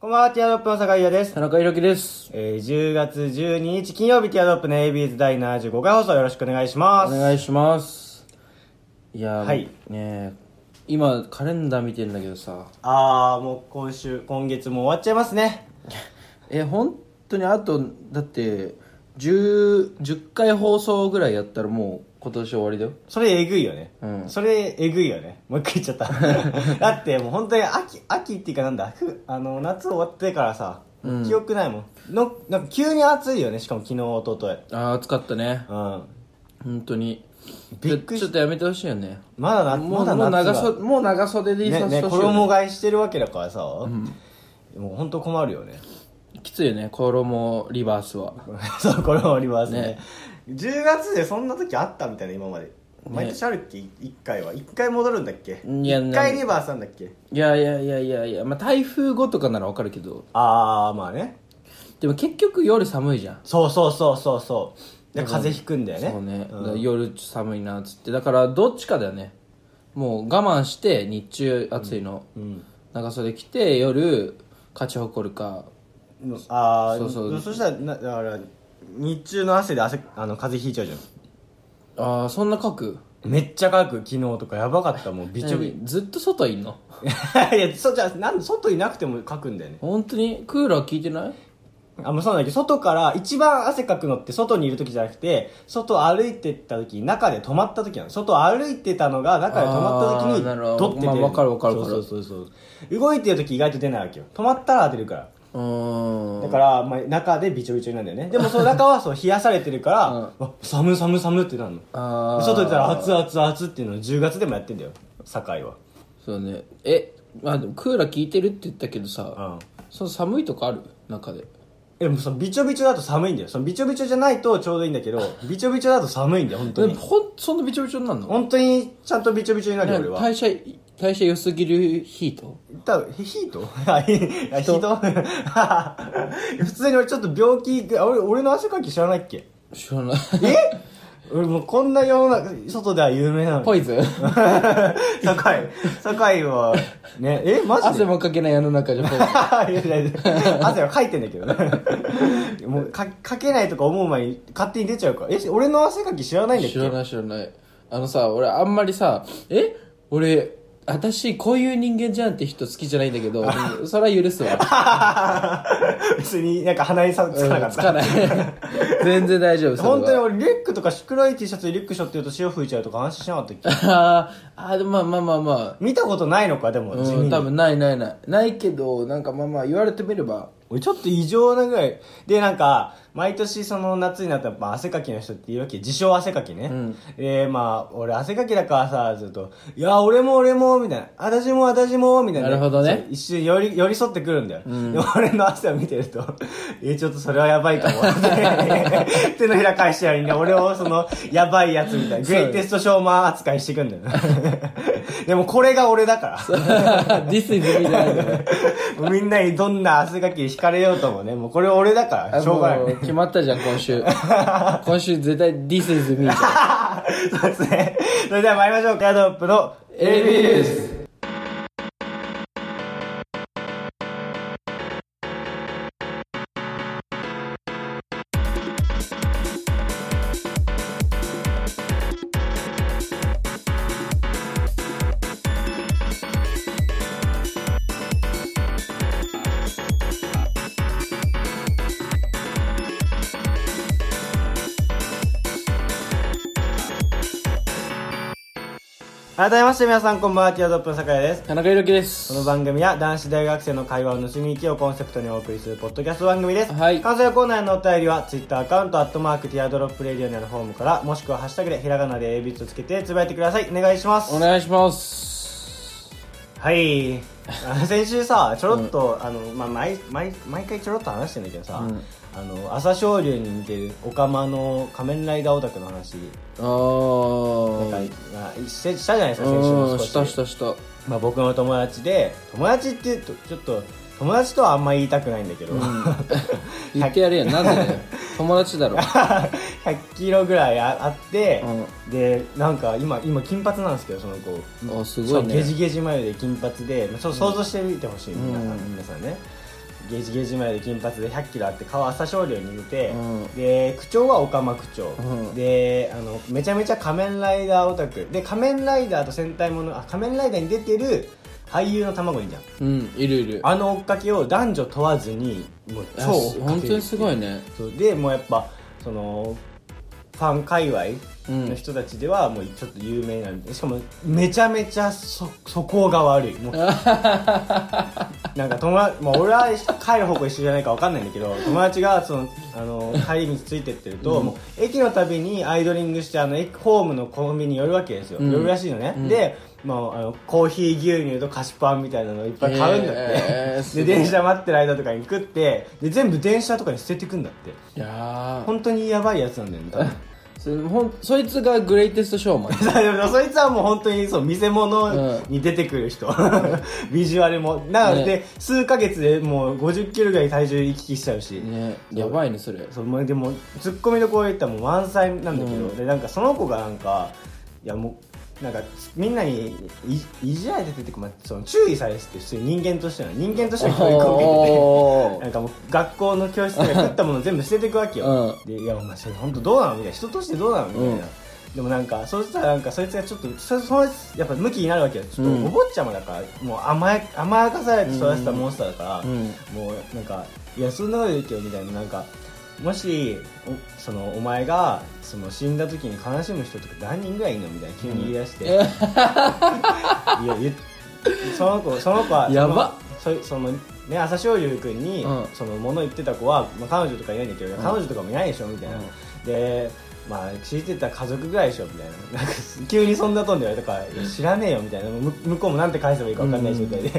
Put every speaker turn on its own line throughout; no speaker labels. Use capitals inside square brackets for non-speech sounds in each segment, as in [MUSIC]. こんばんは、ティアドロップの坂井優也です。
田中裕樹です。
えー、10月12日金曜日、ティアドロップの ABS 第75回放送よろしくお願いしま
お
す。
願いします。いやー、
はい
ねえ今、カレンダー見てんだけどさ、
あー、もう今週、今月も終わっちゃいますね。
え、本当にあと、だって、10、10回放送ぐらいやったらもう今年終わりだよ。
それえぐいよね。
うん
それえぐいよね。もう一回言っちゃった。だってもう本当に秋、秋っていうかなんだ、ふあの、夏終わってからさ、
うん
記憶ないもん。の、なんか急に暑いよね、しかも昨日、一昨日
あー、暑かったね。
うん。
本当に。
びっくりし
ちょちょっとやめてほしいよね。
まだな、
も
ま
う、
だ
もう
夏
長
が
袖、もう長袖でい
ね
させ
ね、
てほしいよね
衣替えしてるわけだからさ、もう本当困るよね。
きついよね、衣リバースは。
[LAUGHS] そう、これもありますね
ね
10月でそんな時あったみたいな、今まで。毎年あるっけ、1回は。1回戻るんだっけ
いや
?1 回リバースなんだっけ
いやいやいやいやいや、まあ、台風後とかならわかるけど、
あー、まあね。
でも結局夜寒いじゃん。
そうそうそうそうそう。で、風邪ひくんだよね。
そうね、
うん
だから夜寒いなっつってだからどっちかだよねもう我慢して日中暑いの、
うん。
長袖着て夜勝ち誇るか
あー、
そ
そう
うそう
したら、なだから、日中の汗で汗、あの、風邪ひいちゃうじゃん。
ああそんな書く
めっちゃかく昨日とかやばかったもうびちょびい
何ずっと外いんの
やそじゃあなん外いなくてもかくんだよね
本当にクーラー効いてない
あ、もうそうなんだけど、外から、一番汗かくのって外にいる時じゃなくて、外歩いてった時、中で止まった時なの。外歩いてたのが、中で止まった時
あ
に、
ーなるほど
ドッて出る。
まあわかるわかるわか
そう
る
そうそうそう。動いてる時意外と出ないわけよ。止まったら出るから。
うーん
だから、まあ、中でびちょびちょになるんだよね。でもその中はそう冷やされてるから、
うん
わ寒寒寒ってなるの。
ああ
外出たら熱熱熱っていうのを10月でもやってんだよ。境は。
そうねえまあでもクーラー効いてるって言ったけど
う
さ、
ん。
その寒いとかある中で
でもそのびちょびちょだと寒いんだよ。そのびちょびちょじゃないとちょうどいいんだけど、びちょびちょだと寒いんだよ、本当
でも
に。
ほんそんなびちょびちょになるの
本当にちゃんとびちょびちょになるよ俺は
代謝代謝良すぎるヒート
多分ヒヒート [LAUGHS] あヒあヒート [LAUGHS] 普通に俺ちょっと病気あ俺俺の汗かき知らないっけ
知らない
え俺もうこんな世の中外では有名なのに [LAUGHS]
[LAUGHS] ポイズン
酒井酒井はねえマジ
汗
で
もかけない世の中じゃポイ
[LAUGHS]
ズン
いやいやいや汗はかいてんだけどね [LAUGHS] もうかかけないとか思う前に勝手に出ちゃうからえ俺の汗かき知らないんだっ
[LAUGHS] 知ら
[LAUGHS] け
ない知らないあのさ俺あんまりさえ俺私こういう人間じゃんって人好きじゃないんだけど [LAUGHS] うんそれは許すわ
別になんか鼻にさ [LAUGHS] つかなか
う
っ
んつ
た、
かない [LAUGHS] 全然大丈夫それは
本当に俺リュックとか黒い T シャツでリュックしょって言うと潮吹いちゃうとか話しなかったっけ
[LAUGHS] あーあーでもまあまあまあま
見たことないのかでも
あ
地味
うん多
に
分ないないないないけどなんかまあまあ言われてみ
[LAUGHS]
れば
俺ちょっと異常なぐらいでなんか毎年その夏になったらやっぱ汗かきの人っているわけ自称汗かきね、
ん
でまあ俺汗かきだからさずっと「いや俺も俺も」みたいな「私も私も」みたいな、
なるほどね
そう一瞬寄り寄り添ってくるんだよ、でも俺の汗を見てると [LAUGHS] 「えちょっとそれはやばいかも」 [LAUGHS] 手のひら返してやるんで俺をそのやばいやつみたいなグレイテストショーマン扱いしてくんだよ [LAUGHS] でもこれが俺だから
This is me じゃないよ
もうみんなにどんな汗かきに惹かれようともね、もうこれ俺だから、 [LAUGHS] しょうがな
も
い。
決まったじゃん今週今週絶対 This is me じゃん
[LAUGHS] そうですね。それでは参りましょう。カードアップの AB です。改めまして皆さんこんばんは、ティアドロップの酒屋です。
田中裕樹です
[LAUGHS] この番組は男子大学生の会話を盗み行きをコンセプトにお送りするポッドキャスト番組です。
はい
感想やコーナーへのお便りは Twitter アカウント、アットマーク、ティアドロップレディオにあるフォームから、もしくはハッシュタグでひらがなで AB とつけてつぶやいてください。お願いします。
お願いします [LAUGHS]
はい。あの先週さ、ちょろっと、あの、まあ、毎、毎、毎回ちょろっと話してんだけどさ、
うん
あの、朝青龍に似てる、オカマの仮面ライダーオタクの話、
あ
なんか
ー
まあ、してしたじゃないですか、先週
う
も
んし
少
た
し。
したした
まあ、僕の友達で、友達って言うと、ちょっと、友達とはあんま言いたくないんだ [LAUGHS] けど、
言ってやれよなんでだ
[LAUGHS]
よ友達だろ
100キロぐらいああって、
う
でなんか今今金髪なんですけどその子
あすごい
そ
ね
うゲジゲジ眉で金髪で、まあ、そう想像してみてほしい、
ん
皆さん
うん
皆さんねゲージゲージ前で金髪で1 0 0キロあって顔朝青龍に似て、
うん
で口調はオカマ口調、
うん
であのめちゃめちゃ仮面ライダーオタクで仮面ライダーと戦隊ものあ仮面ライダーに出てる俳優の卵いいじゃん
うんいるいる
あの追っかけを男女問わずにもう超追っかける
本当にすごいね
そうでもうやっぱそのファン界隈の人たちではもうちょっと有名なんで、しかもめちゃめちゃそ素行が悪いもうなんか友達、まあ、俺は帰る方向一緒じゃないか分かんないんだけど友達がそのあの帰り道ついてってると、もう駅のたびにアイドリングしてあの駅ホームのコンビニに寄るわけですよ、
うん
寄るらしいのね、で、まあ、あのコーヒー牛乳と菓子パンみたいなのいっぱい買うんだって、
へーすご
で
い
電車待ってる間とかに食ってで全部電車とかに捨ててくんだって
いやー
本当にやばいやつなんだよね多分 [LAUGHS]
そほんそいつがグレイテストショーマン
でもそいつはもう本当にそう見せ物に出てくる人、 [LAUGHS] ビジュアルもなので、
ね
数ヶ月でもう5 0キロぐらい体重行き来しちゃうし、
ねやばいねそれ
そうもうでもツッコミどころ言ったらもう満載なんだけど、
うん
でなんかその子がなんかいやもうなんかみんなにいいじられててっていうかまあその注意されてて普通に人間としての人間としての教育を受けてて。
お
な
ー
んかもう学校の教室で食ったもの全部捨てていくわけよ、
う
でいやお前それ本当どうなのみたいな人としてどうなのみたいな、
うん
でもなんかそうしたらなんかそいつがちょっとそそのやっぱ向きになるわけよちょっ
うん
とお坊ちゃまだから、もう甘え甘やかされて育てたモンスターだから、
うん
もうなんかいやそんなこと言うけどみたいななんかもしおそのお前がその死んだ時に悲しむ人とか何人ぐらいいんのみたいな急に言い出 [LAUGHS] して、いや言っその子その子は
やば
そのそそのね朝青龍君に、
うん
その物言ってた子は、まあ、彼女とかいないんだけど、彼女とかもいないでしょみたいな、
うん
でまあ知ってた家族ぐらいでしょみたいななんか急にそんなとんで言われたからいや知らねえよみたいなむ向こうもなんて返せばいいか分かんない状態で、い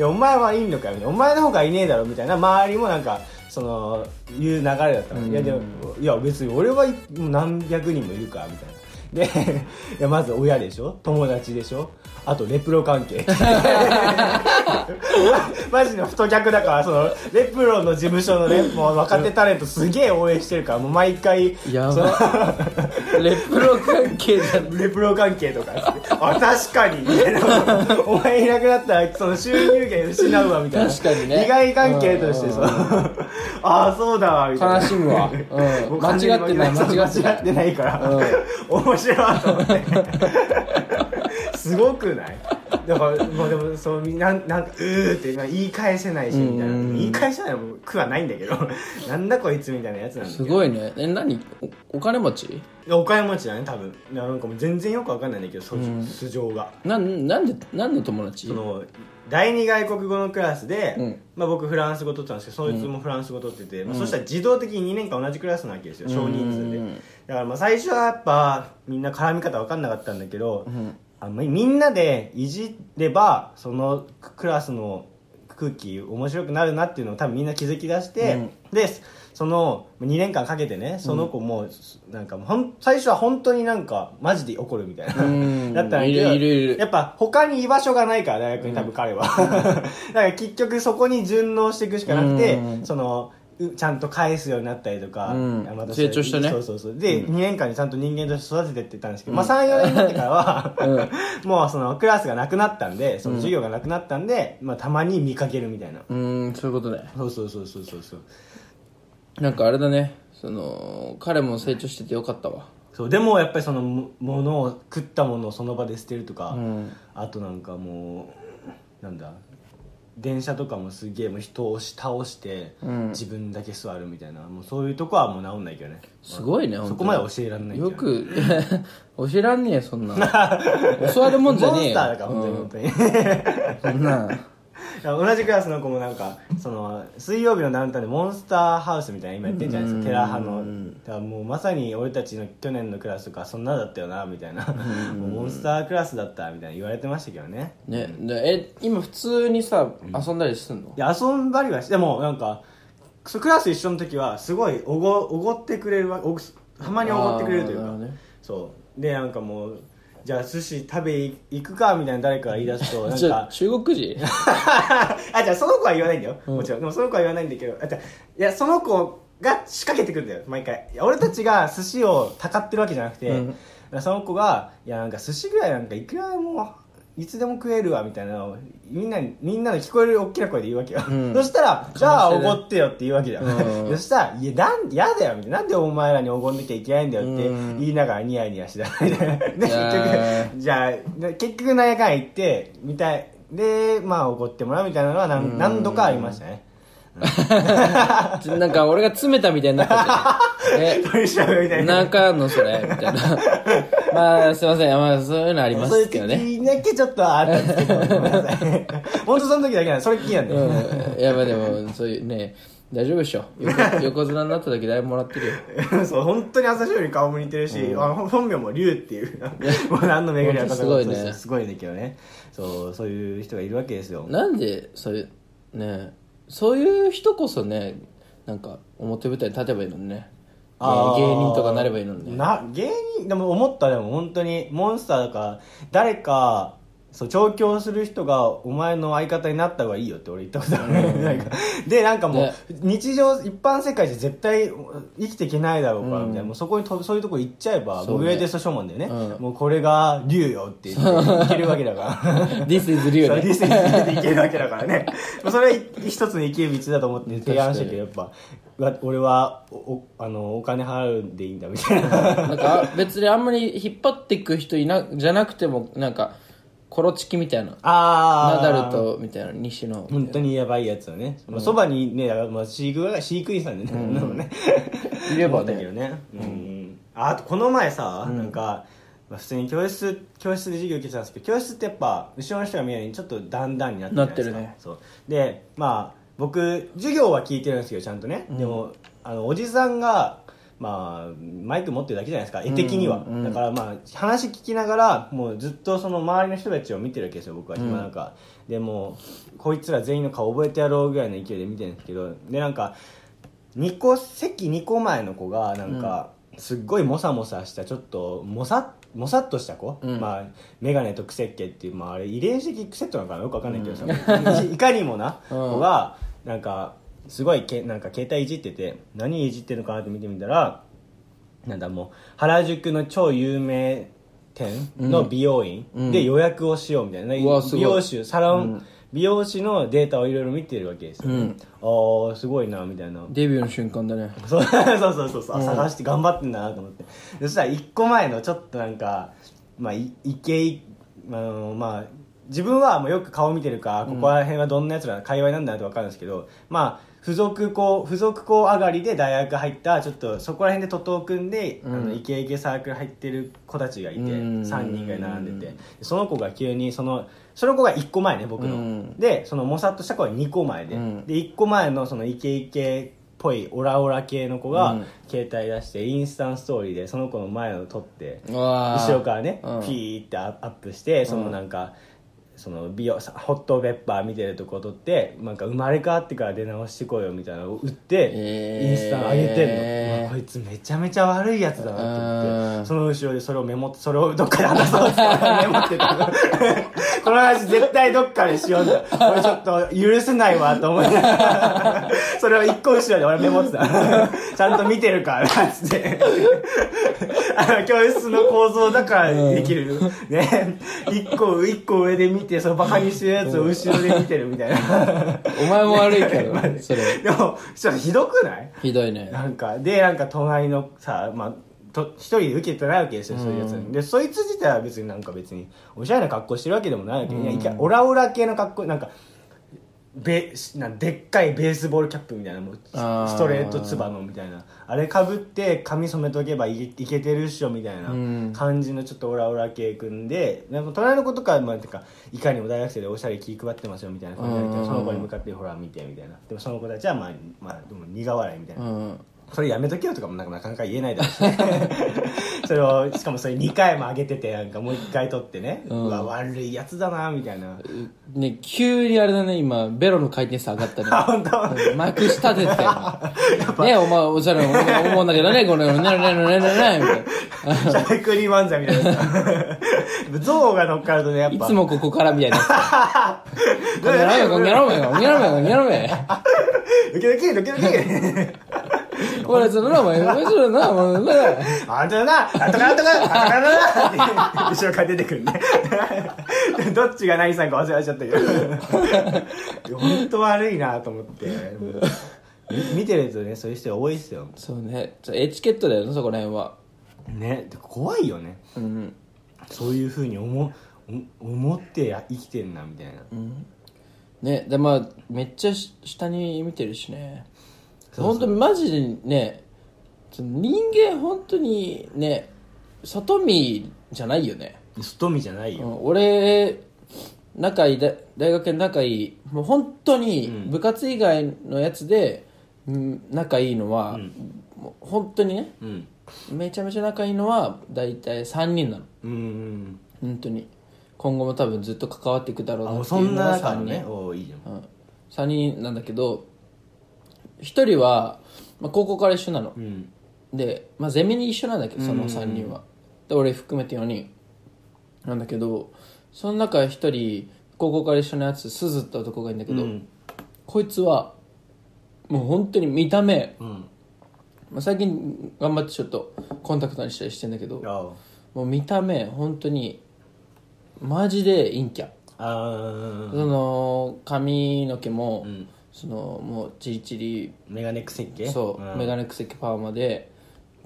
やお前はいいのかよみたいなお前の方がいねえだろみたいな周りもなんかそのいう流れだったの、いやでもいや別に俺はいもう何百人もいるからみたいなでいやまず親でしょ友達でしょあとレプロ関係 [LAUGHS] マジの太客だからそのレプロの事務所のねもう若手タレントすげえ応援してるからもう毎回
や
その
ばレプロ関係じゃん
レプロ関係とかっつってあ確かにみたいなお前いなくなったらその収入源失うわみたいな
確かにね
利害関係としてその
うん
あ [LAUGHS] あーそうだわみたいな
悲しむわ、
も
うん、
う
間
完全
違
に
ってない間違って
間
な
違っ
い
てないから、面白いと思ってすごくないだからもうでもそうみんななんか「うー」って今言い返せないしみたいな
うん
言い返せないのも苦はないんだけどなんだこいつみたいなやつなんだけ
す
ど
ごいねえ何おお金持ち
お金持ちだね多分なんかもう全然よくわかんないんだけど素,、
ん
素性が
なんなんで何の友達
その第二外国語のクラスで、
うん
まあ、僕フランス語取ってたんですけどそいつもフランス語取ってて、まあ、そしたら自動的に2年間同じクラスなわけですよ少人数で
うん
だからまあ最初はやっぱみんな絡み方分かんなかったんだけど、あのみんなでいじればそのクラスの空気面白くなるなっていうのを多分みんな気づき出して、でその2年間かけてねその子もなんかもうほん最初は本当になんかマジで怒るみたいな、
ん
だったんだけど
いるいるいる
やっぱ他に居場所がないから大学に多分彼は、だから結局そこに順応していくしかなくて、
うん
そのうちゃんと返すようになったりとか、
うん
あまた
成長したね
そうそうそうで、2年間にちゃんと人間として育ててってったんですけど、まあ34年になってからは、 [LAUGHS] もうそのクラスがなくなったんでその授業がなくなったんで、まあ、たまに見かけるみたいな、
うんそういうことね
そうそうそうそうそうそう
なんかあれだねその彼も成長しててよかったわ
そうでもやっぱりそのもものを食ったものをその場で捨てるとか、
ん
あとなんかもうなんだ電車とかもすげえもう人を押し倒して、
ん
自分だけ座るみたいなもうそういうとこはもう治んないけどね
すごいね
そ
本
こ
当
ま
に
で教えられないけど
よく [LAUGHS] 教えらんねえよそんな教わるもんじゃ
モ
ね
ン
え
ス
よ
ターだから本当に本当に、 [LAUGHS]
うんそんな
同じクラスの子もなんかその水曜日のダウンタウンでモンスターハウスみたいなの今やってんじゃないですかテラ派のだからもうまさに俺たちの去年のクラスとかそんなだったよなみたいなもうモンスタークラスだったみたいな言われてましたけどね
ねでえ今普通にさ遊んだりすんの
いや遊んだりはしてでもなんかそクラス一緒の時はすごいおごおごってくれるわおごたまにおごってくれるという
あー
か
なるほどね
そうでなんかもうじゃあ寿司食べい行くかみたいな誰かが言い出す
[LAUGHS]
となん
ちょ
か
中国人
[LAUGHS] あじゃあその子は言わないんだよ、もちろんでもその子は言わないんだけどあじゃあいやその子が仕掛けてくるんだよ毎回いや俺たちが寿司をたかってるわけじゃなくて、
うん
だからその子が「いやなんか寿司ぐらいなんかいくらでもいつでも食えるわみたいなのをみんなにみんなの聞こえる大きな声で言うわけよ、
ん
[LAUGHS] そしたら「じゃあ
かも
お
しれな
ご
い
ってよ」って言うわけだよ、
うん
[LAUGHS] そしたら「いやなんやだよ」みたいな「なんでお前らにおごんなきゃいけないんだよ」って
うん
言いながらニヤニヤしながら [LAUGHS] で
いや
結局じゃあ結局何やかんや言ってみたいでまあおごってもらうみたいなのは何何度かありましたね
なんか俺が詰めたみたいになっててえ
取り調べみたいな
なんかあんのそれみたいな [LAUGHS] まあすいませんまあそういうのありま
そういう
すけどね
時だけちょっとあったんですけど、ごめんなさい。 [LAUGHS] 本当その時だけなんで、それっきりなんで。
うんいやまあでもそういうね大丈夫でしょ横横綱になっただけだいぶもらってるよ
[LAUGHS] そう、本当に朝青龍に顔も似てるし、あの本名も龍っていう、もう何の巡り合わせか
本当すごいね
すごいね、けどね。そう、そういう人がいるわけですよ。
なんでそういうねそういう人こそねなんか表舞台に立てばいいのにね芸
あー
芸人とかなればいいのにね
な、芸人、でも思ったでも本当に、モンスターとか、誰か、そう、調教する人が、お前の相方になった方がいいよって俺言ったことある。 [LAUGHS] なんかで、なんかもう
ね、
日常、一般世界じゃ絶対生きていけないだろうから、みたいな、もうそこにと、そういうとこ行っちゃえば、
そうね
もうグレイテストショーマンだよね。
うん
もうこれが、竜よって言
[LAUGHS]
って、いけるわけだから。
This is リ
そう、
ね
リスニングでいけるわけだからね。 [LAUGHS] それは一つの生きる道だと思って提案したけど、やっぱ、うわ俺はお、おあの、お金払うんでいいんだみたいな。
なんかあ別にあんまり引っ張っていく人いなじゃなくてもなんかコロチキみたいな
[LAUGHS] あ
ナ
ー。
ダル。とみたいな西野
本当にやばいやつはね。まあそばにね、まあ、飼育が、飼育員さんでね、なのね。
いれば
思ったけ
ね
どね。うん。あ、あとこの前さ、なんか、まあ普通に教室、教室で授業受けてたんですけど、教室ってやっぱ、後ろの人が見えるようにちょっと段々になってじゃいですか
なってるね。
そう。で、まあ、僕、授業は聞いてるんですけど、ちゃんとね。でも、あの、おじさんが、まあ、マイク持ってるだけじゃないですか、絵的には。だからまあ、話聞きながら、もうずっとその周りの人たちを見てるわけですよ、僕は。暇なんか。でもう、こいつら全員の顔覚えてやろうぐらいの勢いで見てるんですけど、で、なんか、2個席2個前の子がなんか、すっごいモサモサしたちょっとモサモサっとした子、
うん
まあ眼鏡と癖っ気っていう、まあ、あれ遺伝子的癖となのかなよくわかんないけどさ、い [LAUGHS] かにもな
うん
子がなんかすごいけなんか携帯いじってて何いじってるのかなって見てみたらなんだもう原宿の超有名店の美容院
うん
で予約をしようみたいな、
うわすごい
美容師サロン、
うん
美容師のデータをいろいろ見てるわけですよ、
うん
ああすごいなみたいな
デビューの瞬間だね
[LAUGHS] そうそうそうそうそう、探して頑張ってんだなと思ってそしたら一個前のちょっとなんかまあいイケイあのまあ自分はもうよく顔見てるからここら辺はどんなやつら界隈なんだなって分かるんですけど、まあ付属校付属校上がりで大学入ったちょっとそこら辺で徒党組んで、あのイケイケサークル入ってる子たちがいて、
うん
3人が並んでてその子が急にそのその子が1個前ね僕の、
うん
でそのモサっとした子は2個前で、
うん
で1個前のそのイケイケっぽいオラオラ系の子
う
が
ん
携帯出してインスタンストーリーでその子の前を撮って
うわー
後ろからね
うん
ピーってアップしてそのなんかその美容さホットペッパー見てるとこ撮ってなんか生まれ変わってから出直してこいよみたいなのを売って
えー
インスタ上げてんの、うわこいつめちゃめちゃ悪いやつだなと思っ
う
て
ん
その後ろでそれをメモってそれをどっかで話そうってメモってた [LAUGHS] この話絶対どっかでしようんだ俺ちょっと許せないわと思いながらそれを一個後ろで俺メモってたちゃんと見てるからつってあの教室の構造だからできる、ね一個一個上で見てそのバカにしてるやつを後ろで見てるみたいな
お前も悪い
[LAUGHS]
けどそれ
でもちょっとひどくない
ひどいね
なんかでなんか隣のさ、まあ、と一人で受けてないわけですよそういうやつ、でそいつ自体は別になんか別におしゃれな格好してるわけでもないわけ、いやいやオラオラ系の格好なんかべなんでっかいベースボールキャップみたいなもう
あー
ストレートつばのみたいなあれかぶって髪染めとけばいいけてるっしょみたいな
うん
感じのちょっとオラオラ系くんでなんか隣の子とか,、まあ、てかいかにも大学生でおしゃれ気配ってますよみたいな感じで
うん
その子に向かってほら見てみたいなでもその子たちはまあ、まあ、でも苦笑いみたいな
う。ん
それやめとけよとかもなんかなかなか言えないだろうし
[LAUGHS]
ねそれをしかもそれ2回も上げててなんかもう1回取ってね、う
うん
わ悪いやつだなみたいな [LAUGHS]
ね急にあれだね今ベロの回転数上がったね
[LAUGHS] あ本当
まくしたててねお前おしゃれお前思うんだけどねこれねねねねねねみたい
しゃべくり漫才みたいな象が乗っかるとねやっ
ない
ぱ
いつもここからみたいなこんにゃろめこんにゃろめこんにゃろめこんにゃろめ
ドキドキドキドキ
これ、そのな、お前、面白いな、お前な。
あんただな、なんとかなんとか、なんとかなんとかって、後ろから出てくるね。どっちが何さんか忘れちゃったけど。本当悪いなと思って。み見てるとね、そういう人多いっすよ。
そうね。ちょエチケットだよな、そこら辺は。
ね、で怖いよね。
うん。
そういうふうに思お思ってや生きてんな、みたいな。
ね、で、まあ、めっちゃし下に見てるしね。本当マジでね、ちょ人間本当にね、外見じゃないよね。
外見じゃないよ。
うん俺仲いいだ大学の仲いいもう本当に部活以外のやつで、うん仲いいのは、もう本当にね
うん。
めちゃめちゃ仲いいのは大体3人なの
うんうん。
本当に今後も多分ずっと関わっていくだろう
あ、
な
もう
って
そ
いうんの
な
が
中
3
の
人、
ね、おーいいじゃん。
うん、3人なんだけど1人は、まあ、高校から一緒なの、
うん。
で、まあ、ゼミに一緒なんだけどその3人は、で俺含めて4人なんだけどその中1人高校から一緒のやつすずって男がいるんだけど、
うん
こいつはもう本当に見た目、
うん。
まあ、最近頑張ってちょっとコンタクトにしたりしてんだけど
あ
もう見た目本当にマジで陰キャ、
あ。ああ。
その髪の毛も、
ん
そのもうチリチリ
メガネくせっけ
そう、
ん
メガネクセキパーマで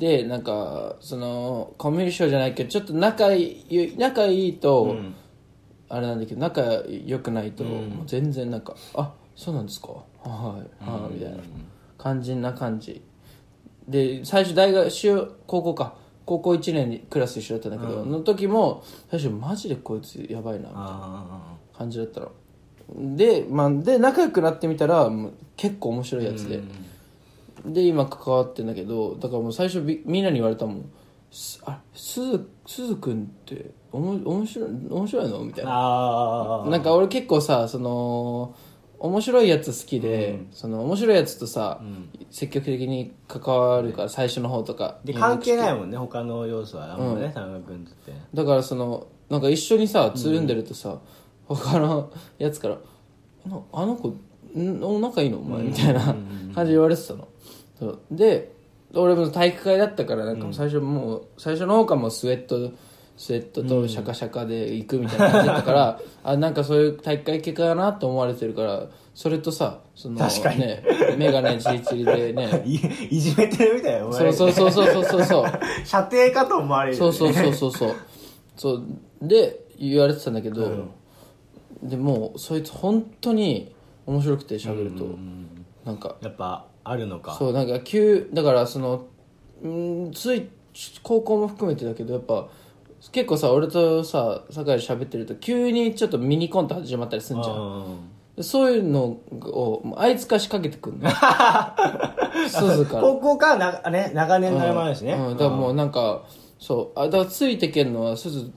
でなんかそのコミュニションじゃないけどちょっと仲いい仲いいと、あれなんだけど仲良くないと、もう全然なんかあそうなんですかはい、はいみたいな感じな感じで最初大学週高校か高校1年にクラス一緒だったんだけど、の時も最初マジでこいつやばいな
あ
感じだったので,、まあ、で仲良くなってみたらもう結構面白いやつで、で今関わってんだけどだからもう最初びみんなに言われたもん「すあすずすずくんっておも面白い面白いの?」みたい
あ。
な
ああ。
なんか俺結構さその面白いやつ好きで、その面白いやつとさ、積極的に関わるから最初の方とか
で、関係ないもんね、他の要素は。あんまね、田中君って。 [LAUGHS]
だからそのなんか一緒にさつるんでるとさ、他のやつから「なあの子んお仲いいのお前」みたいな感じで言われてたの、そうで俺も体育会だったからなんかもう最初もう最初の方からもうスウェットスウェットとシャカシャカで行くみたいな感じだったから、あなんかそういう体育会系かなと思われてるからそれとさその
確かに
ね眼鏡チリチリでね
[LAUGHS] いいじめてるみたいな、お
そう
前。
そうそうそうそうそうそう
[LAUGHS] 射程かと思われる。
そうそうそうそうそうそうで言われてたんだけど、でもうそいつ本当に面白くて喋ると、なんか
やっぱ、あるのか。
そうなんか急だからそのうんつい高校も含めてだけどやっぱ結構さ俺とさ酒井で喋ってると急にちょっとミニコント始まったりすんじゃん
うん
でそういうのをもうあいつから仕掛けてくん [LAUGHS] の鈴から
高校からな、ね、長年の山しね。
うん、だからもうなんか、そうあだからついてけんのはすず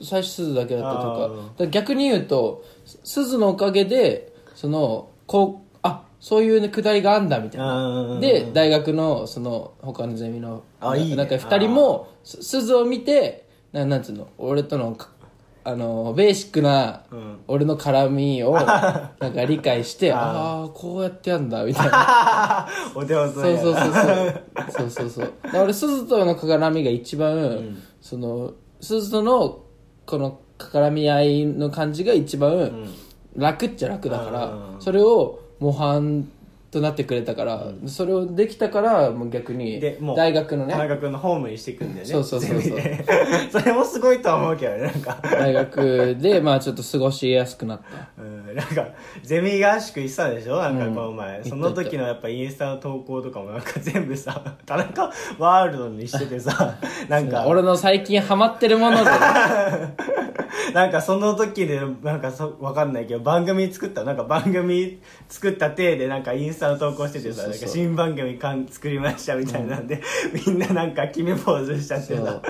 最初すずだけだったと
あ
いうかだから逆に言うとすずのおかげでそのこうあそういうねくだりがあんだみたいな、
うん
で大学のその他のゼミの
あいいね
なんか2人もすすずを見てななんつうの俺とのかあのベーシックな俺の絡
[LAUGHS]
みをなんか理解してああーこうやってやんだみたいな
お手本
そうそうそうそうそうそうそうだから俺鈴との絡みが一番、その鈴とのこの絡み合いの感じが一番、楽っちゃ楽だからそれを模範となってくれたから、それをできたからもう逆に
で、もう。
大学の
田
ね
中君のホームにしていくんだよね。
そうそうそうそう
ゼミで [LAUGHS] それもすごいとは思うけどね、なんか。
大学でまあちょっと過ごしやすくなった
うんなんかゼミ合宿行ってたでしょなんかこの前、
行った
その時のやっぱインスタの投稿とかもなんか全部さ田中ワールドにしててさなんか
俺の最近ハマってるもので
[LAUGHS] なんかその時でなんかそわかんないけど番組作ったなんか番組作った体でなんかインスタの投稿しててさ
そうそう
なん
そう
か新番組かん作りましたみたいなんで、みんななんか決めポーズしちゃって
そ
[LAUGHS]
う
さ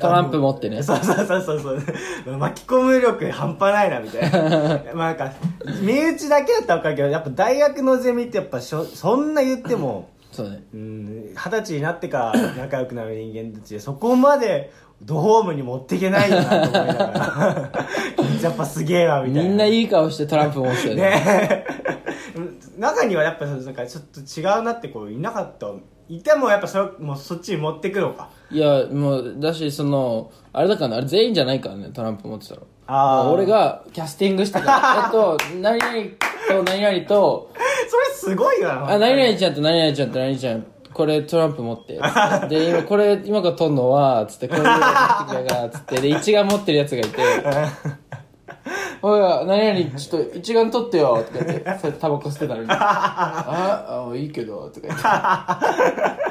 トランプ持ってね
そうそうそうそうそう巻き込む力半端ないなみたい
[LAUGHS]
なまあなんか身内だけだったら分かるけどやっぱ大学のゼミってやっぱしょそんな言っても
そうね
うん二十歳になってから仲良くなる人間たちでそこまでドホームに持っていけないよなと思いながら [LAUGHS] やっぱすげえわみたい
み
なん
ないい顔してトランプ持ってたよね
ねね [LAUGHS] 中にはやっぱそのなんかちょっと違うなってこういなかったいてもやっぱそれもうそっちに持ってくのか [LAUGHS]
いやもうだしそのあれだからねあれ全員じゃないからねトランプ持ってたら
あー
もう俺がキャスティングしたからえっと何々と何々と
それすごいよな
あ何々ちゃんと何々ちゃんと何々ちゃんこれトランプ
[LAUGHS]
持ってで今これ今から取んのはつってこれ持ってきたからつってで一眼持ってるやつが
[LAUGHS]
いて「おい何々ちょっと一眼取ってよ」とか言ってそれタバコ吸って
[LAUGHS]
たのに「ああいいけど」とか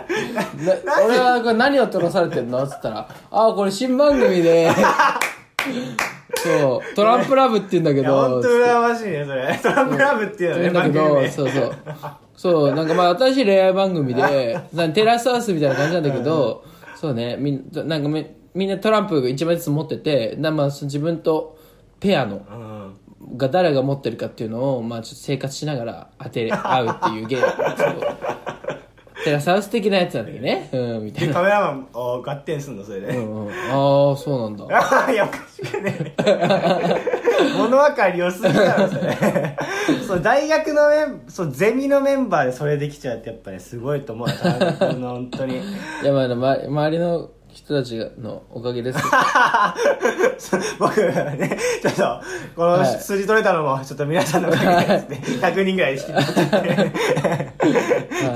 言っ
[LAUGHS]
てな俺はこれ何を取らされてんのっつったら「ああこれ新番組で
[LAUGHS]
そうトランプラブって言うんだけ
いや本
ど
当羨ましいねそ
[LAUGHS]
れトランプラブっていうの
い
ね
るんだけ
番組
ど、
名
そうそう。そう、なんかまあ新しい恋愛番組で、なんテラスハウスみたいな感じなんだけど、そうね、みんな、なんかみみんなトランプが一枚ずつ持ってて、なまあその自分とペア
う
の、
ん
が誰が持ってるかっていうのを、まあちょっと生活しながら当て合うっていうゲーム。そうテラスハウス的なやつなんだけどね。うん、みた
で
いな。
カメラマンを合点すんのそれで、
うんうん、ああ、そうなんだ。
ああ、いや、おかしくね。 [LAUGHS] 物分かり良すぎだろ、それ。 [LAUGHS] そう、大学のメン、そう、ゼミのメンバーでそれできちゃうって、やっぱりすごいと思うよ。田中君の本当に。 [LAUGHS]
いや、まあ、ま周りの人たちのおかげですけど。
そう僕、ね、ちょっと、この
はい
数字取れたのも、ちょっと皆さんのおかげ
[LAUGHS]
ですね。100人ぐらい引き取っちゃって。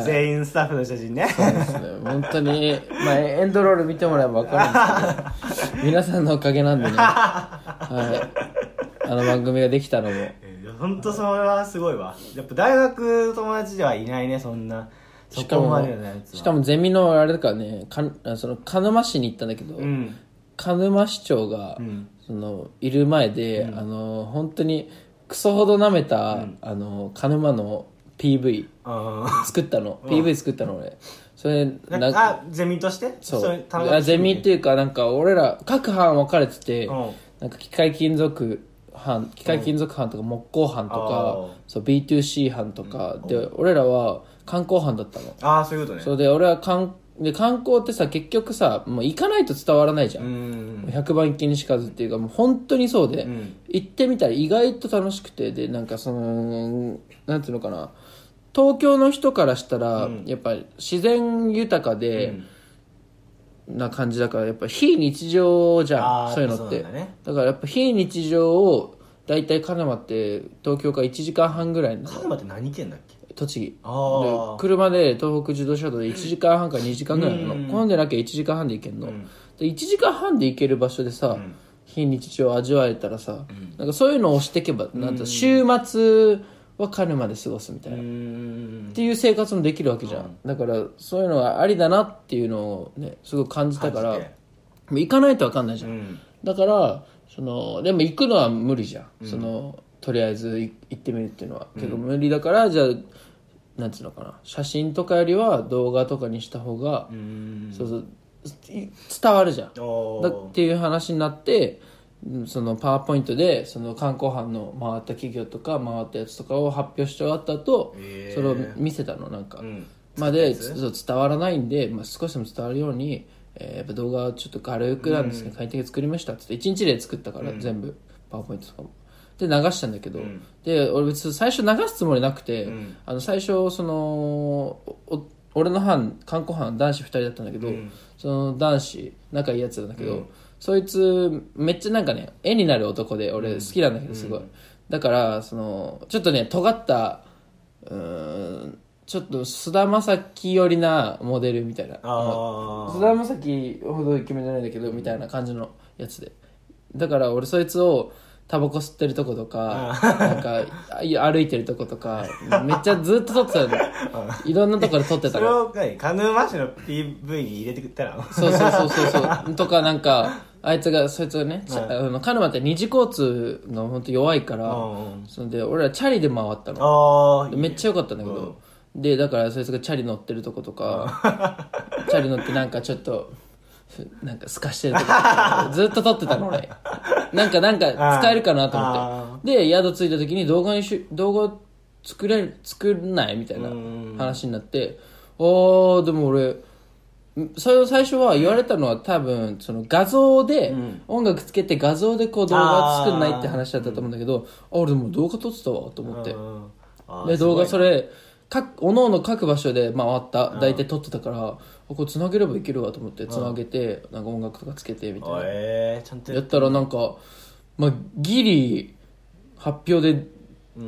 全員スタッフの写真ね。
そうですね本当に、まあ、エンドロール見てもらえば分かるんで
[LAUGHS]
すけど皆さんのおかげなんでね、はい、あの番組ができたのも
いや本当それはすごいわ。やっぱ大学の友達ではいないね、そんな。そ
しか
こま
も
でのやつは。
しかもゼミのあれだからねかんあその鹿沼市に行ったんだけど、
うん。
鹿沼市長が、そのいる前で、あの本当にクソほど舐めた、あの鹿沼の PV
うん。
作ったの、PV 作ったの俺それ
な
な
あゼミとして
そう
れ田中
あゼミっていうかなんか俺ら各班分かれてて、
うん
なんか機械金属班機械金属班とか木工班とか、
あ
そう B2C 班とか、で俺らは観光班だったの、
ああそういうことね
それで俺は観で観光ってさ結局さもう行かないと伝わらないじゃ、
うんん
百番一見にしかずっていうかもう本当にそうで、
ん
行ってみたら意外と楽しくてでなんかそのなんていうのかな東京の人からしたら、やっぱり自然豊かで、な感じだからやっぱ非日常じゃ
あー
んそういうのって
そう
だ,、
なんだね
からやっぱ非日常を大体鹿沼って東京から1時間半ぐらいの
鹿沼って何県だっけ
栃木
あ
で
ー
車で東北自動車道で1時間半から2時間ぐらいなの混んでなきゃ1時間半で行けんの、で1時間半で行ける場所でさ、非日常を味わえたらさ、なんかそういうのを押していけばなんと週末は鹿沼で過ごすみたいな、
うー
っ
ん
ていう生活もできるわけじゃん、だからそういうのがありだなっていうのをねすごく感じたから
感
も
じて
う行かないと分かんないじゃん、
うん
だからそのでも行くのは無理じゃん、そのとりあえずい行ってみるっていうのは結構無理だから、じゃあなんつうのかな写真とかよりは動画とかにした方が、そうそうい伝わるじゃん
お
だ
ー
っていう話になってうんそのパワーポイントでその観光班の回った企業とか回ったやつとかを発表して終わった後、
へー
それを見せたのなんか、
ん
まあでそう伝わらないんで、まあ、少しでも伝わるように、えーやっぱ動画はちょっと軽くなんですけど、快適に作りましたっつって1日で作ったから、全部パワーポイントとかもで流したんだけど、で俺別に最初流すつもりなくて、あの最初そのお俺の班観光班男子2人だったんだけど、その男子仲いいやつなんだけど、そいつめっちゃなんかね絵になる男で俺好きなんだけどすごい、だからそのちょっとね尖ったうーんちょっと菅田将暉寄りなモデルみたいな
あー
菅田将暉ほどイケメンじゃないんだけどみたいな感じのやつでだから俺そいつをタバコ吸ってるとことかなんかあい歩いてるとことかめっちゃずっと撮ってた
[LAUGHS]
のいろんなところで撮ってた
それ
の
を何鹿沼市の PV に入れてくったら
そうそうそうそうそうとかなんかあいつがそいつがね、ちあの鹿沼って二次交通が本当弱いから、
うん
それで俺らチャリで回ったの
ああ
めっちゃ良かったんだけど、でだからそいつがチャリ乗ってるとことか [LAUGHS] チャリ乗ってなんかちょっとふなんか透かしてると [LAUGHS] かずっと撮ってたの俺なんかなんか使えるかなと思ってで宿着いた時に動画にし動画作れる作んないみたいな話になってあーでも俺んそれを最初は言われたのは多分その画像で音楽つけて画像でこう動画作んないって話だったと思うんだけどあ俺でも動画撮ってたわと思って
うんあー
です
ごい
動画それ各おのおの各場所で回った大体撮ってたからあこれつなげればいけるわと思ってつなげてなんか音楽とかつけてみたいな
えー、ちゃんと
やったらなんか、まあ、ギリ発表で、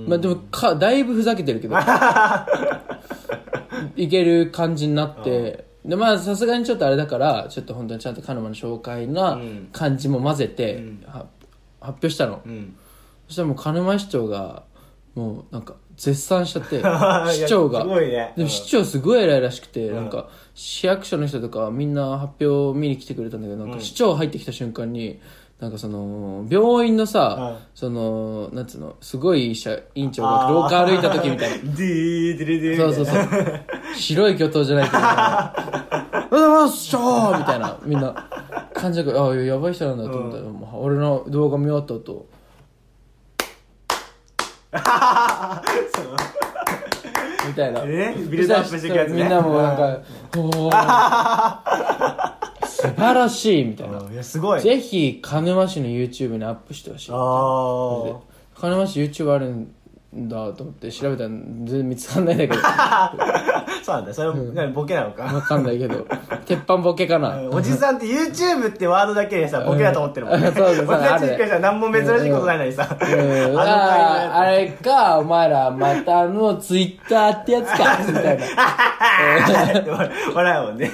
まあでもかだいぶふざけてる
[LAUGHS]
けどいける感じになってでまあさすがにちょっとあれだからちょっと本当にちゃんとカノマの紹介な感じも混ぜて、は発表したの、
ん
そしたらもう鹿沼市長がもうなんか絶賛しちゃって
[LAUGHS] や
市長が
すごいね
で
うん
も市長すごい偉いらしくて、なんか市役所の人とかみんな発表見に来てくれたんだけどなんか市長入ってきた瞬間になんかその病院のさ、そのなんつうのすごい医者院長が廊下歩いた時みたいな
ディーディレディレ
そうそうそう。白い巨頭じゃないけど、おはようございます、ショーみたいな、みんな、感じが、ああ、やばい人なんだと思ったら、もう俺の動画見終わった後、
[LAUGHS]
みたいな。
えビルドアップしていくやつね
みんなもな
[LAUGHS]
んか、おー素晴らしいみたいな。
いやすごい
ぜひ、鹿沼市の YouTube にアップしてほしい。
あ
鹿沼市 YouTube あるんだと思って調べたら全然見つかんないんだけど。 [LAUGHS]
あ [LAUGHS] そうなんだそれ、何ボケなのか
わかんないけど、鉄板ボケかな。
[LAUGHS] おじさんって YouTube ってワードだけでさボケだと思ってるもんね
うん [LAUGHS] そうそう
俺たち
ある
一回さ何も珍しいことないのにさ、
うん
[LAUGHS] あの会話や
あーあれか、お前ら、またあのツイッターってや
[LAUGHS]
つか、みたいな。
って笑うもん
[LAUGHS]
ね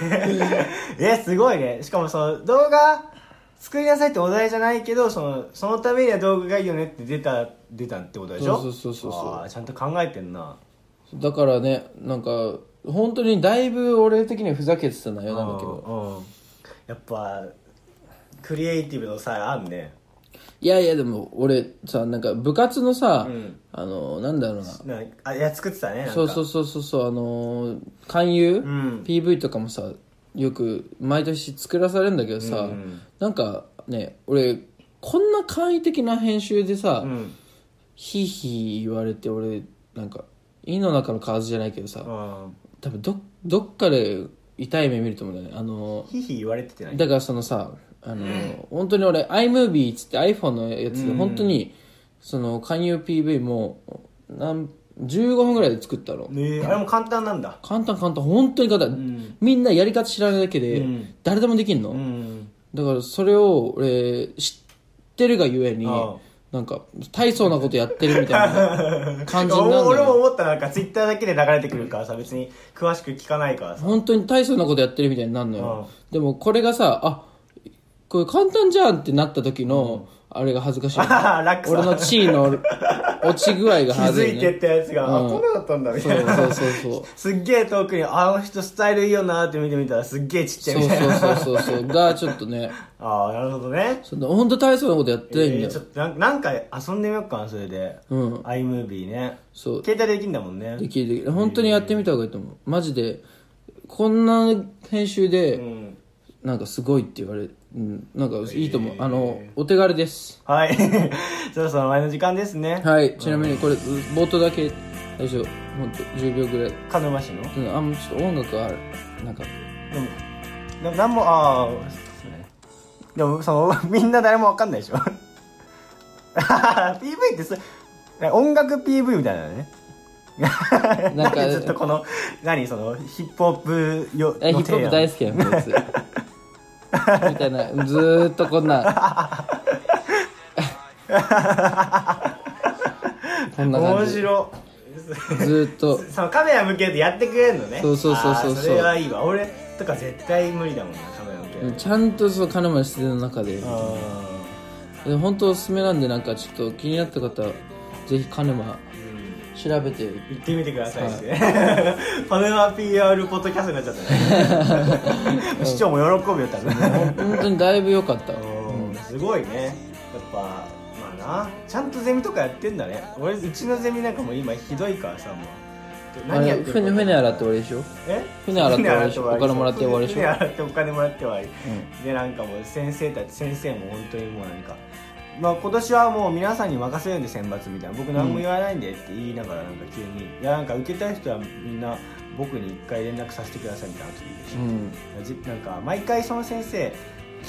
えすごいねしかもその動画作りなさいってお題じゃないけどそのそのためには動画がいいよねって出た出たってことでしょ
そうそうそうそうそう
あーちゃんと考えてんな
だからね、なんか、本当にだいぶ俺的にはふざけてた内容なんだけど。
うんうんやっぱクリエイティブのさあんね
いやいや、でも俺さ、なんか部活のさ、
ん
あの、なんだろうな。
なんかあいや作ってたねなんか
そうそうそうそうそう、あのー、勧誘、
ん
PV とかもさ、よく毎年作らされるんだけどさ、なんかね、俺、こんな簡易的な編集でさ、
うん
ひいひい言われて俺なんか胃の中の数じゃないけどさ
うん
多分どどっかで痛い目見ると思うんだよねあの
ひいひい言われててない
だからそのさあの本当に俺 iMovie っつって iPhone のやつで本当にその勧誘 PV もなん15分ぐらいで作ったの
ねえあれも簡単なんだ
簡単簡単本当に簡単、みんなやり方知らないだけで、
うん
誰でもできんの、
うん
だからそれを俺知ってるがゆえに
ああ
なんか大層なことやってるみた
[LAUGHS]
いな感じになるんだよね
俺も思ったなんかツイッターだけで流れてくるからさ別に詳しく聞かないからさ
本当に大層なことやってるみたいになるのよ、でもこれがさあこれ簡単じゃんってなった時の、あれが恥ずかしい
楽さ
俺の地位の落ち
[LAUGHS]
具合が
気
恥ず
づ
い、
い
ね、
てったやつが、
うん
あこんなだったんだみ
そ
た
う
いな
そうそう
[LAUGHS]
そう
すっげえ遠くにあの人スタイルいいよなーって見てみたらすっげえちっちゃいみ
そう
たいな
そうそうそうそうがちょっとね
ああなるほどね
その本当大層なことやって
え
ない
ー
んだよ、
ちょっとなんなんか遊んでみようかなそれで、
うん
iMovie ね
そう
携帯できんだもんね
できるできる本当にやってみた方がいいと思うマジでこんな編集で、
うん
なんかすごいって言われうんなんかいいと思う、あのお手軽です
はい [LAUGHS] そろそろ前の時間ですね、
はいちなみにこれ、冒頭だけ大丈夫本当10秒ぐらい
鹿沼市ので
うんあもうちょっと音楽はあるなんか
もななんもああそうですねでもその [LAUGHS] みんな誰もわかんないでしょ [LAUGHS] PV ってそ音楽 PV みたいなのね [LAUGHS]
なん
何
か
ずっとこの何そのヒップホップよ
えヒ
の
ップホップ大好きやんこいつ [LAUGHS] みたいなずーっとこんな [LAUGHS] こんな感
面
じず
白
ーっと
そのカメラ向けてやってくれるのね
そうそうそうそうそう
あーそれはいいわ俺とか絶対無理だもんなカメラ向けるの
ちゃんとその金森自然の中で
あ
で本当おすすめなんでなんかちょっと気になった方ぜひカネマ
ーうん
調べて
行ってみてくださいして、 [LAUGHS] パネマ PR ポッドキャストになっちゃったね [LAUGHS] 市長も喜ぶよ多分
本当にだいぶ良かった
うんすごいねやっぱまあなちゃんとゼミとかやってんだね俺うちのゼミなんかもう今ひどいからさもう
あれ
か
船船洗って終わりでしょ
え
船洗って終わりでしょ
船洗って
お金もらって終わりでしょ
船洗ってお金もらって終わり、でなんかもう先生たち先生も本当にもうなんかまあ今年はもう皆さんに任せるんで選抜みたいな僕何も言わないんでって言いながらなんか急に、いやなんか受けたい人はみんな僕に一回連絡させてくださいみたいなこと言うでしょ
うん
じなんか毎回その先生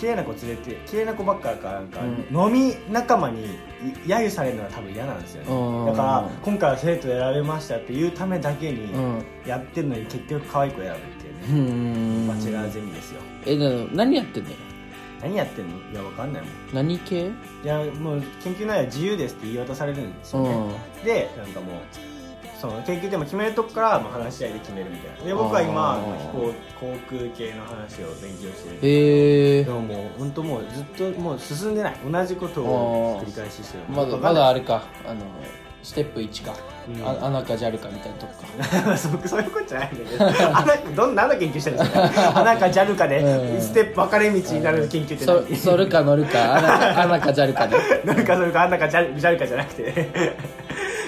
綺麗な子連れて綺麗な子ばっかだからなんか、飲み仲間にい揶揄されるのは多分嫌なんですよ
うん
ねだから今回は生徒選べましたっていうためだけに
うん
やってるのに結局可愛い子選ぶっていう
う
ね、
ん
バチェラーゼミですよ
えでも何やってんだよ
何やってんのいやわかんないもん
何系
いやもう研究内容自由ですって言い渡されるんですよね、でなんかもうその研究でも決めるとこからもう話し合いで決めるみたいなで僕は
あ
今
ー
飛行航空系の話を勉強してる
へえ
でももう本当もうずっともう進んでない同じことを繰り返ししてる
まだ
わ
ま
かんな
だ
い
あれかあのステップ1か、
うん
あ穴かジャルかみたいなとこ
[LAUGHS]
か
そうそういうことじゃないんだけどあなどん何の研究してるんです
[LAUGHS]
か穴か JAL か
う
で
ん
ステップ分かれ道になる研究って
そそるか乗るか穴 [LAUGHS] か穴かジャルかで、
なんかそれかあんなんかジャルジャルかじゃなくて [LAUGHS]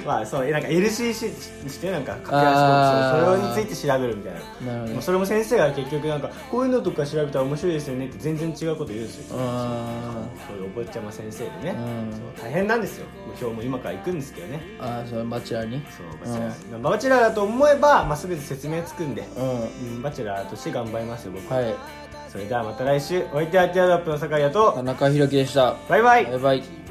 まあそうなんか LCC してなんか掛け
あ
合いそ
ー
うそうそれについて調べるみたいな
なるほ
もう
ど
それも先生が結局なんかこういうのとか調べたら面白いですよねって全然違うこと言うんですよ
あ
そういうお坊ちゃま先生でね
うん
そう大変なんですよもう今日も今から行くんですけどね
ーあーそれバチェラーに
そうバチェラー、バチェラーだと思えば、まあ、全て説明つくんで、
うんは
うん、バチェラーとして頑張りますよ僕、
い
それではまた来週お相手はティアドロップの酒井だと
田中宏樹でした
バイバイ
バイバイ